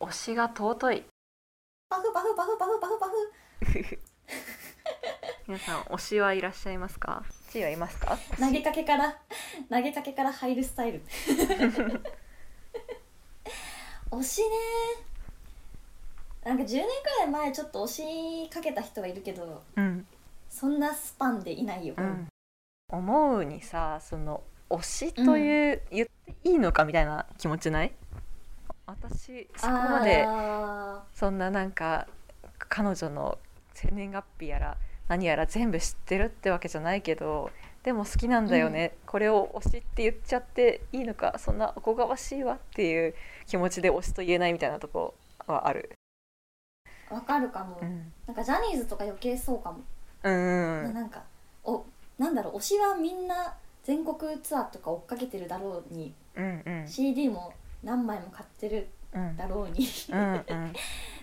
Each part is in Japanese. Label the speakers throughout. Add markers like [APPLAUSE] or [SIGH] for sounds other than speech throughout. Speaker 1: 推しが尊い
Speaker 2: バフバフバフバフバフバフ
Speaker 1: 皆さん推しはいらっしゃいますか推しはいますか
Speaker 2: 投げかけから投げかけから入るスタイル [LAUGHS] 推しねなんか10年くらい前ちょっと推しかけた人はいるけど
Speaker 1: うん、
Speaker 2: そんなスパンでいないよ、
Speaker 1: うん、思うにさその推しという、言っていいのかみたいな気持ちない私そこまで
Speaker 2: あ
Speaker 1: そんななんか彼女の生年月日やら何やら全部知ってるってわけじゃないけどでも好きなんだよね、これを推しって言っちゃっていいのかそんなおこがましいわっていう気持ちで推しと言えないみたいなとこはある。
Speaker 2: ーわかるかも、
Speaker 1: うん、
Speaker 2: なんかジャニーズとか余計そうかも、
Speaker 1: うんうん
Speaker 2: なんかおなんだろう推しはみんな全国ツアーとか追っかけてるだろうに、
Speaker 1: うんうん
Speaker 2: CD も何枚も買ってる
Speaker 1: うん
Speaker 2: だろうに
Speaker 1: うんうん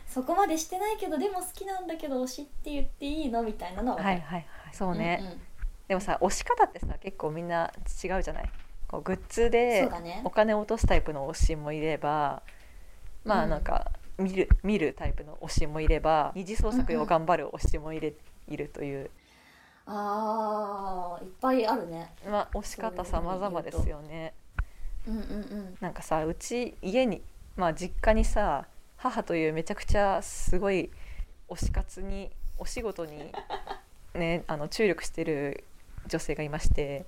Speaker 2: そこまでしてないけどでも好きなんだけど推しって言っていいのみたいなのは
Speaker 1: は
Speaker 2: わ
Speaker 1: い
Speaker 2: か
Speaker 1: は
Speaker 2: る
Speaker 1: いはいそうね、
Speaker 2: うんうん
Speaker 1: でもさ推し方ってさ結構みんな違うじゃないこうグッズ
Speaker 2: そ
Speaker 1: で
Speaker 2: うだね
Speaker 1: お金を落とすタイプの推しもいればま
Speaker 2: う
Speaker 1: あ
Speaker 2: ん
Speaker 1: なんか見る見るタイプの推しもいれば二次創作を頑張る推しもいれいるという、
Speaker 2: あーいっぱいあるね
Speaker 1: まあ、推し方様々ですよね。
Speaker 2: うんうんうん
Speaker 1: なんかさうち家に、まあ、実家にさ母というめちゃくちゃすごい推し活にお仕事に、ね、あの注力してる女性がいまして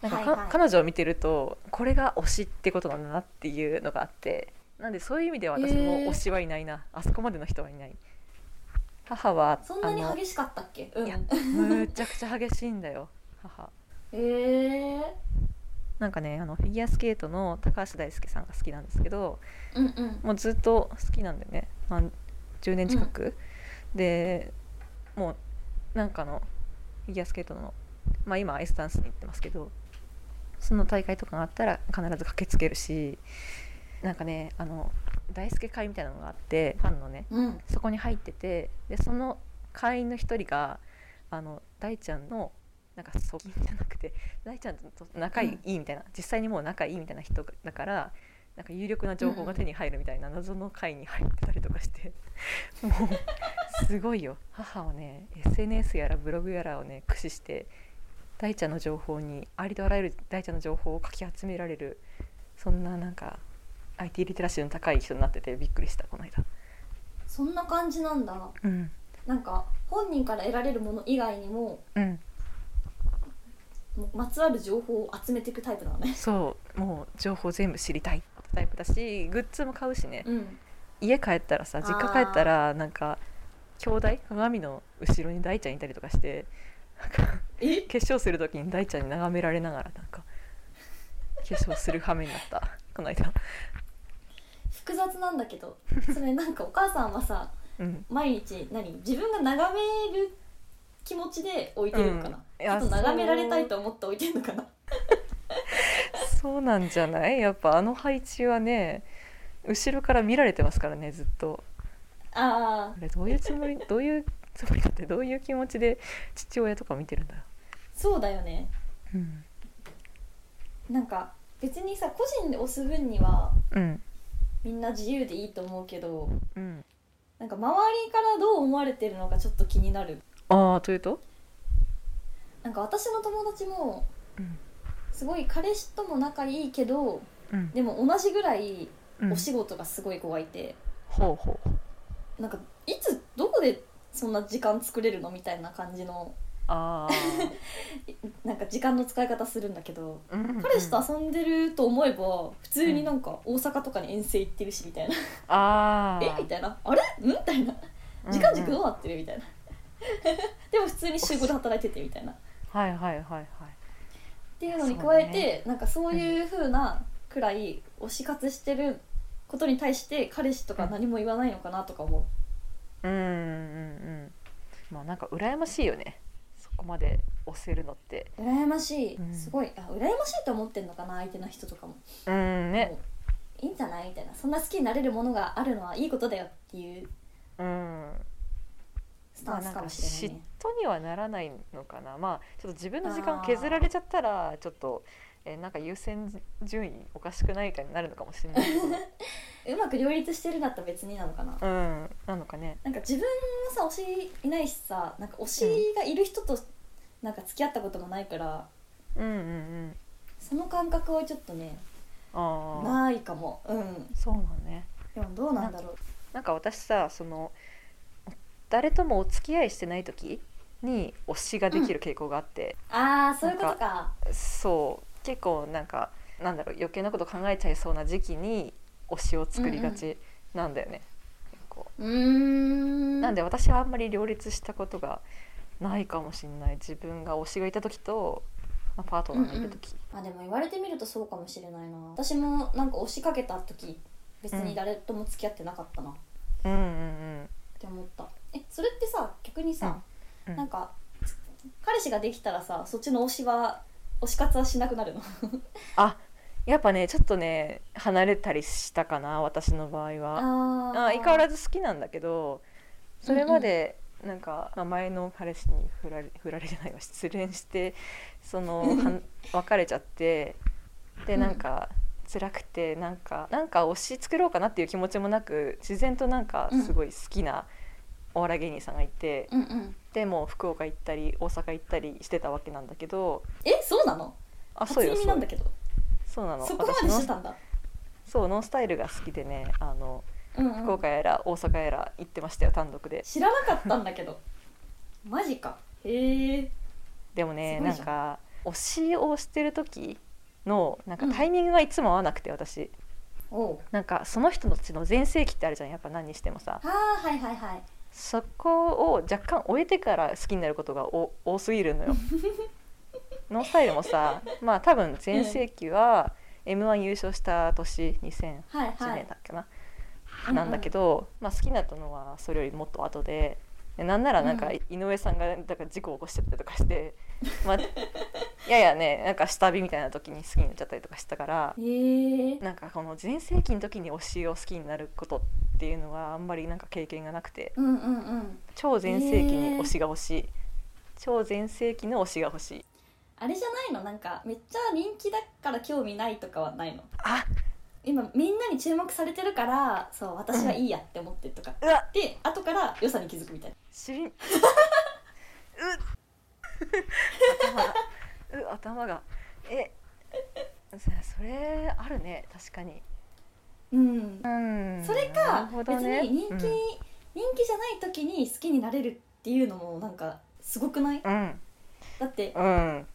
Speaker 1: なんかか、
Speaker 2: はいはい
Speaker 1: 彼女を見てるとこれが推しってことなんだなっていうのがあってなんでそういう意味では私も
Speaker 2: へー
Speaker 1: 推しはいないな、あそこまでの人はいない。母は
Speaker 2: そんなに
Speaker 1: あの
Speaker 2: 激しかったっけうん [LAUGHS]
Speaker 1: いやむちゃくちゃ激しいんだよ母。
Speaker 2: えー、
Speaker 1: なんかねあのフィギュアスケートの高橋大輔さんが好きなんですけど
Speaker 2: うんうん
Speaker 1: もうずっと好きなんだよね、まあ、10年近く、でもうなんかのフィギュアスケートの、まあ、今アイスダンスに行ってますけどその大会とかがあったら必ず駆けつけるしなんかねあの大輔会みたいなのがあってファンのね
Speaker 2: うん
Speaker 1: そこに入っててでその会員の一人があの大ちゃんのなんか側近じゃなくて大ちゃんと仲いいみたいな、実際にもう仲いいみたいな人だからなんか有力な情報が手に入るみたいな謎の会に入ってたりとか [LAUGHS] して、もうすごいよ母はね SNS やらブログやらをね駆使して大ちゃんの情報にありとあらゆる大ちゃんの情報をかき集められるそんななんか IT リテラシーの高い人になっててびっくりしたこの間。
Speaker 2: そんな感じなんだ
Speaker 1: うん
Speaker 2: なんか本人から得られるもの以外にも
Speaker 1: うん、
Speaker 2: もうまつわる情報を集めていくタイプ
Speaker 1: [LAUGHS]
Speaker 2: なのね
Speaker 1: そうもう情報全部知りたいタイプだしグッズも買うしね
Speaker 2: うん
Speaker 1: 家帰ったらさ
Speaker 2: あー
Speaker 1: 実家帰ったらなんか兄弟鏡の後ろに大ちゃんいたりとかしてなんか
Speaker 2: え
Speaker 1: 化粧する時に大ちゃんに眺められながらなんか化粧する羽目になったこの間、
Speaker 2: 複雑なんだけどそれなんかお母さんはさ
Speaker 1: うん、
Speaker 2: 毎日何自分が眺める気持ちで置いてるのかな、
Speaker 1: うんいや
Speaker 2: ちょっと眺められたいと思って置いてるのかな
Speaker 1: そうなんじゃないやっぱあの配置はね後ろから見られてますからねずっと
Speaker 2: あ
Speaker 1: あ
Speaker 2: ー
Speaker 1: れどういうつもりどういうつもりだってどういう気持ちで父親とか見てるんだろ
Speaker 2: そうだよね
Speaker 1: ううん
Speaker 2: なんか別にさ個人で押す分には
Speaker 1: うん
Speaker 2: みんな自由でいいと思うけど
Speaker 1: うん
Speaker 2: なんか周りからどう思われてるのかちょっと気になる
Speaker 1: ああというと
Speaker 2: なんか私の友達も
Speaker 1: うん
Speaker 2: すごい彼氏とも仲いいけど
Speaker 1: うん
Speaker 2: でも同じぐらい
Speaker 1: うん
Speaker 2: お仕事がすごい子がいて、
Speaker 1: ほうほう
Speaker 2: なんかいつどこでそんな時間作れるのみたいな感じの
Speaker 1: あ
Speaker 2: [LAUGHS] なんか時間の使い方するんだけど
Speaker 1: あ、うんうん
Speaker 2: 彼氏と遊んでると思えば普通になんか大阪とかに遠征行ってるしみたいな
Speaker 1: あ
Speaker 2: 「えみたいな「あれん?」みたいな「
Speaker 1: な
Speaker 2: 時間軸ど
Speaker 1: は
Speaker 2: うなってる?」みたいな [LAUGHS] でも普通に週5で働いててみたいなっ
Speaker 1: いはいはいはい
Speaker 2: ていうのに加え
Speaker 1: そう
Speaker 2: て、なんかそういうふうなくらい推し活してることに対して彼氏とか何も言わないのかなとか思う
Speaker 1: うんうんうんまあなんか羨ましいよねそこまで押せるのって
Speaker 2: 羨ましい
Speaker 1: うん
Speaker 2: すごいあ羨ましいと思ってんのかな相手の人とかも
Speaker 1: うんね
Speaker 2: もういいんじゃないみたいなそんな好きになれるものがあるのはいいことだよっていう
Speaker 1: うん
Speaker 2: ス
Speaker 1: ま
Speaker 2: タ
Speaker 1: あ
Speaker 2: ン
Speaker 1: な
Speaker 2: ス
Speaker 1: ん
Speaker 2: か
Speaker 1: か
Speaker 2: もしれ
Speaker 1: 嫉
Speaker 2: ないね、
Speaker 1: 妬にはならないのかなまあちょっと自分の時間削られちゃった
Speaker 2: [LAUGHS]
Speaker 1: らちょっとえーなんか優先順位おかしくないみたいになるのかもしれないけど
Speaker 2: うまく両立してるんだったら別になのかな、
Speaker 1: うんなのかね
Speaker 2: なんか自分もさ推しいないしさなんか推しがいる人となんか付き合ったこともないから、
Speaker 1: うんうんうん
Speaker 2: その感覚はちょっとね
Speaker 1: ああ
Speaker 2: ないかもうん
Speaker 1: そうだね
Speaker 2: でもどうなんだろう
Speaker 1: なんか私さその誰ともお付き合いしてない時に推しができる傾向があって、
Speaker 2: ああそういうことか
Speaker 1: そう結構なんかなんだろう余計なこと考えちゃいそうな時期に推しを作りがちなんだよね。こ
Speaker 2: うーん
Speaker 1: うなんで私はあんまり両立したことがないかもしれない自分が推しがいた時と、まあ、パートナーがいる時。
Speaker 2: あでも言われてみるとそうかもしれないな私もなんか押しかけた時別に誰とも付き合ってなかったな、っ
Speaker 1: うんうんうん
Speaker 2: て思ったえそれってさ逆にさ、
Speaker 1: うんうん
Speaker 2: なんか彼氏ができたらさそっちの推しは推し活はしなくなるの
Speaker 1: あやっぱねちょっとね離れたりしたかな私の場合は。
Speaker 2: あ
Speaker 1: あ相変わらず好きなんだけどそれまでなんか、まあ前の彼氏に振られ振られじゃないわ失恋してその
Speaker 2: [LAUGHS]
Speaker 1: は別れちゃってで
Speaker 2: うん
Speaker 1: なんか辛くてなんかなんか推し作ろうかなっていう気持ちもなく自然となんかすごい好きなお笑い芸人さんがいて、
Speaker 2: うんうん
Speaker 1: でもう福岡行ったり大阪行ったりしてたわけなんだけど
Speaker 2: えそうなの
Speaker 1: あ
Speaker 2: 初
Speaker 1: そうよ
Speaker 2: 耳
Speaker 1: そ
Speaker 2: な
Speaker 1: うんよ
Speaker 2: だけど
Speaker 1: そうなの
Speaker 2: そこま
Speaker 1: 私
Speaker 2: で
Speaker 1: の
Speaker 2: してたんだ
Speaker 1: そうノンスタイルが好きでねあの
Speaker 2: うんうん
Speaker 1: 福岡やら大阪やら行ってましたよ単独で。
Speaker 2: 知らなかったんだけどマジかへえ
Speaker 1: でもね
Speaker 2: すご
Speaker 1: ないん
Speaker 2: じゃん
Speaker 1: か推しをしてる時のなんかタイミングがいつも合わなくて私、
Speaker 2: おう
Speaker 1: なんかその人のちの全盛期ってあるじゃんやっぱ何にしてもさ
Speaker 2: あーはいはいはい
Speaker 1: そこを若干終えてから好きになることがお多すぎる
Speaker 2: [LAUGHS]
Speaker 1: のよ。ノンスタイルもさまあ多分全盛期は m 1優勝した年2008
Speaker 2: はいは
Speaker 1: 年
Speaker 2: い
Speaker 1: だっけな、なんだけど、まあ、好きになったのはそれよりもっと後ででなんならなんか
Speaker 2: う
Speaker 1: 井上さんがだから事故を起こしちゃったりとかして、まあ、 [LAUGHS] ややねなんか下火みたいな時に好きになっちゃったりとかしたから
Speaker 2: うんうんへえ
Speaker 1: なんかこの全盛期の時に推しを好きになることっていうのはあんまりなんか経験がなくて
Speaker 2: うんうんうん
Speaker 1: 超全盛期に推しが欲しい、超全盛期の推しが欲しい
Speaker 2: あれじゃないのなんかめっちゃ人気だから興味ないとかはないの
Speaker 1: あ
Speaker 2: 今みんなに注目されてるからそう私はいいやって思ってるとか
Speaker 1: うわ
Speaker 2: で後から良さに気づくみたいな
Speaker 1: 知
Speaker 2: [LAUGHS]
Speaker 1: りんうっ頭がう頭がえそそれあるね確かに
Speaker 2: うん
Speaker 1: うん
Speaker 2: それ
Speaker 1: な
Speaker 2: か
Speaker 1: るほ
Speaker 2: 別
Speaker 1: どね
Speaker 2: に人気、
Speaker 1: うん
Speaker 2: 人気じゃない時に好きになれるっていうのもなんかすごくない
Speaker 1: うん
Speaker 2: だって
Speaker 1: うん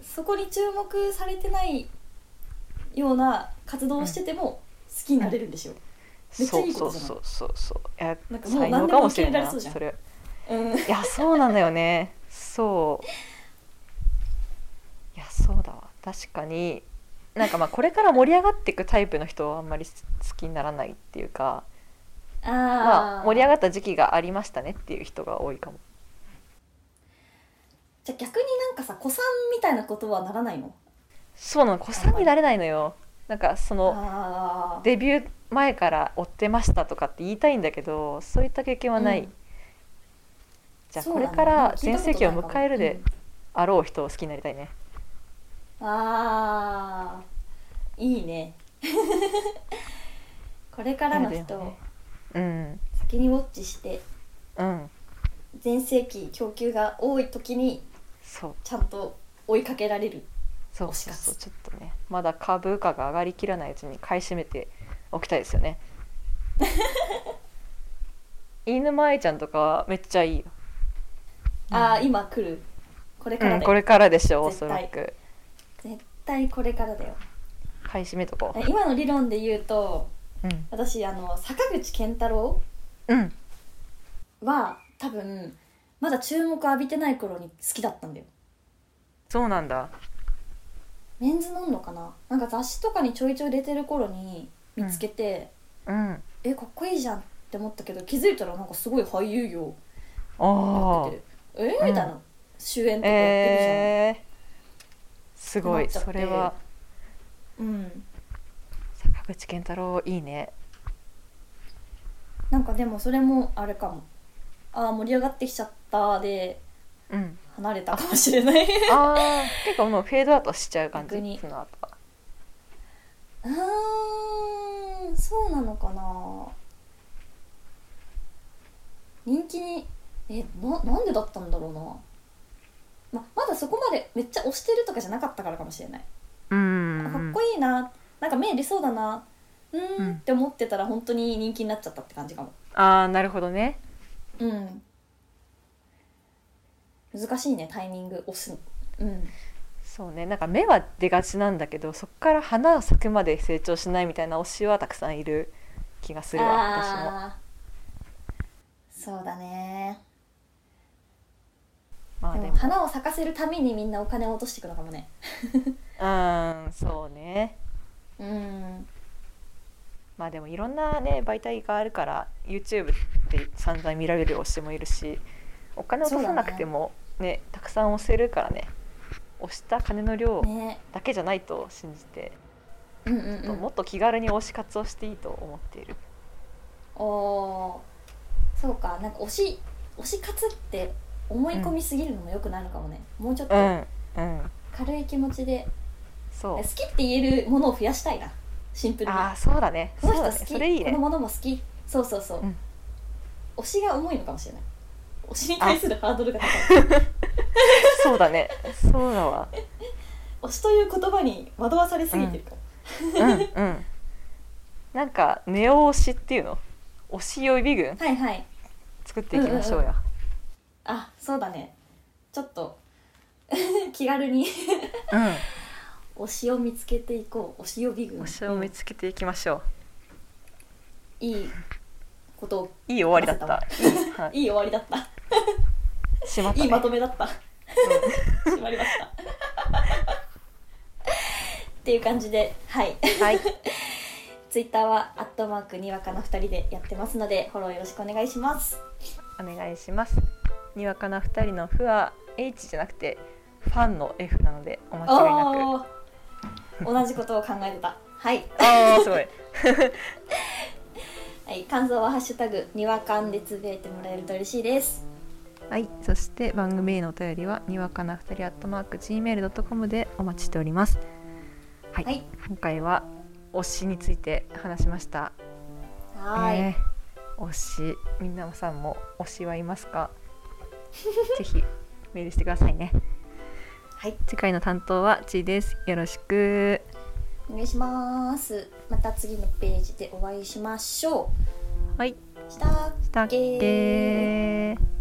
Speaker 2: そこに注目されてないような活動をしてても好きになれるんでしょめっちゃ
Speaker 1: そ
Speaker 2: いうい
Speaker 1: そ
Speaker 2: こ
Speaker 1: う
Speaker 2: とじゃない
Speaker 1: そうそうそういや
Speaker 2: なんかもう
Speaker 1: 才
Speaker 2: 何
Speaker 1: 能
Speaker 2: で
Speaker 1: か
Speaker 2: も
Speaker 1: も
Speaker 2: 受
Speaker 1: し
Speaker 2: け
Speaker 1: れん
Speaker 2: 入れら
Speaker 1: な
Speaker 2: れそうじゃん
Speaker 1: それ
Speaker 2: うん、
Speaker 1: いやそうなんだよねそういやそうだわ確かになんかまあこれから盛り上がっていくタイプの人はあんまり好きにならないっていうか
Speaker 2: あー、
Speaker 1: まあ盛り上がった時期がありましたねっていう人が多いかも
Speaker 2: じゃあ逆になんかさ子さんみたいなことはならないの
Speaker 1: そうなの子さんになれないのよなんかその
Speaker 2: あー
Speaker 1: デビュー前から追ってましたとかって言いたいんだけどそういった経験はない、
Speaker 2: うん
Speaker 1: じゃあ
Speaker 2: そう
Speaker 1: こ
Speaker 2: だね
Speaker 1: れから
Speaker 2: 聞
Speaker 1: 全
Speaker 2: いたこと
Speaker 1: 盛期を迎える
Speaker 2: ない
Speaker 1: で
Speaker 2: かも
Speaker 1: あろう人を好きになりたいね
Speaker 2: うんあーいいね [LAUGHS] これからの
Speaker 1: いやで
Speaker 2: 人
Speaker 1: も
Speaker 2: を
Speaker 1: ねうん
Speaker 2: 先にウォッチして
Speaker 1: うん
Speaker 2: 全盛期供給が多い時に
Speaker 1: そう
Speaker 2: ちゃんと追いかけられる
Speaker 1: そう
Speaker 2: 推し
Speaker 1: そう
Speaker 2: 活
Speaker 1: そうちょっとねまだ株価が上がりきらないうちに買い占めておきたいですよ
Speaker 2: [LAUGHS]
Speaker 1: ね飯沼愛ちゃんとかはめっちゃいいよ、
Speaker 2: ああ今来るこれから
Speaker 1: うん
Speaker 2: だ
Speaker 1: こ
Speaker 2: よ、
Speaker 1: れからでしょお
Speaker 2: 絶
Speaker 1: そ
Speaker 2: 対
Speaker 1: らく
Speaker 2: 絶対これからだよ
Speaker 1: 買い占めとこ
Speaker 2: 今の理論で言うと
Speaker 1: ううん
Speaker 2: 私あの坂口健太郎
Speaker 1: うん
Speaker 2: は多分まだ注目浴びてない頃に好きだったんだよ
Speaker 1: そうなんだ
Speaker 2: メンズなんのかななんか雑誌とかにちょいちょい出てる頃に見つけて、
Speaker 1: うん
Speaker 2: えかっこいいじゃんって思ったけど気づいたらなんかすごい俳優業や
Speaker 1: あ
Speaker 2: っ
Speaker 1: あ
Speaker 2: ててえー、みたいな、主演とかやってるじゃん、
Speaker 1: えー、すごい
Speaker 2: ってなっちゃって
Speaker 1: それは
Speaker 2: うん
Speaker 1: 坂口健太郎いいね
Speaker 2: なんかでもそれもあれかもああ盛り上がってきちゃったで
Speaker 1: うん
Speaker 2: 離れたかもし
Speaker 1: [LAUGHS]
Speaker 2: れない
Speaker 1: ああ結構もうフェードアウトしちゃう感じ
Speaker 2: 逆に
Speaker 1: その後は
Speaker 2: うーんそうなのかな人気にえななんでだったんだろうなままだそこまでめっちゃ推してるとかじゃなかったからかもしれない、
Speaker 1: うん
Speaker 2: あかっこいいななんか目出そうだなうーん
Speaker 1: うん
Speaker 2: って思ってたら本当に人気になっちゃったって感じかも
Speaker 1: ああなるほどね
Speaker 2: うん難しいねタイミング押すのうん
Speaker 1: そうねなんか目は出がちなんだけどそこから花が咲くまで成長しないみたいな推しはたくさんいる気がするわ私も、
Speaker 2: あーそうだね
Speaker 1: まあ、
Speaker 2: で
Speaker 1: で
Speaker 2: も
Speaker 1: も
Speaker 2: 花を咲かせるためにみんなお金を落としていくのかもね
Speaker 1: うんそうね
Speaker 2: うん
Speaker 1: まあでもいろんなね媒体があるから YouTube で散々見られる推しもいるしお金落とさなくてもねたくさん押せるからね押した金の量
Speaker 2: ね
Speaker 1: だけじゃないと信じて、
Speaker 2: うんうんう
Speaker 1: も
Speaker 2: ん
Speaker 1: っと気軽に推し活をしていいと思っている
Speaker 2: おーそうかなんか推し推し活って思い込みすぎるのもよくないのかもね、もうちょっと
Speaker 1: うんうん
Speaker 2: 軽い気持ちで、
Speaker 1: そ
Speaker 2: 好きって言えるものを増やしたいなシンプ
Speaker 1: う
Speaker 2: ルに
Speaker 1: ああそうだね
Speaker 2: この
Speaker 1: そう
Speaker 2: 人
Speaker 1: だ
Speaker 2: 好
Speaker 1: ね
Speaker 2: き
Speaker 1: それいい
Speaker 2: この
Speaker 1: ね
Speaker 2: ものも好きそうそうそう、
Speaker 1: うん
Speaker 2: 推しが重いのかもしれない推しに対するハードルが高い
Speaker 1: そうだねそうだ
Speaker 2: [LAUGHS]
Speaker 1: わ
Speaker 2: 推しという言葉に惑わされすぎてるかも、
Speaker 1: うんうんなんかネオ推しっていうの推し予備軍
Speaker 2: はいはい
Speaker 1: 作っていきましょうや、
Speaker 2: あそうだねちょっと [LAUGHS] 気軽に
Speaker 1: うん
Speaker 2: 推しを見つけていこう推し予備軍
Speaker 1: 推しを見つけていきましょう
Speaker 2: いいことを
Speaker 1: いい終わりだった。いいはい
Speaker 2: いい終わりだ
Speaker 1: [LAUGHS]
Speaker 2: った
Speaker 1: しまったね
Speaker 2: いいまとめだった [LAUGHS]
Speaker 1: うん
Speaker 2: 締まり
Speaker 1: [LAUGHS]
Speaker 2: ましたっていう感じではい
Speaker 1: はい、
Speaker 2: ツイッターはアットマークにわかの二人でやってますのでフォローよろしくお願いします
Speaker 1: お願いします。にわかな二人のふは H じゃなくてファンの F なのでお間違いなく。
Speaker 2: おー同じことを考えてたはい、
Speaker 1: ああすごい。
Speaker 2: はい、感想は「ハッシュタグにわかん」でつぶやいてもらえると嬉しいです
Speaker 1: [LAUGHS] はい、そして番組へのお便りはにわかな二人アットマーク gmail ドットコムでお待ちしております。はい、
Speaker 2: はい
Speaker 1: 今回は推しについて話しました。
Speaker 2: はーい、
Speaker 1: えー推し、みんなさんも推しはいます
Speaker 2: [LAUGHS]
Speaker 1: か。ぜひメールしてくださいね。
Speaker 2: はい
Speaker 1: 次回の担当はちいです。よろしく。
Speaker 2: お願いしますまた次のページでお会いしましょ
Speaker 1: はい。
Speaker 2: うした
Speaker 1: したっけー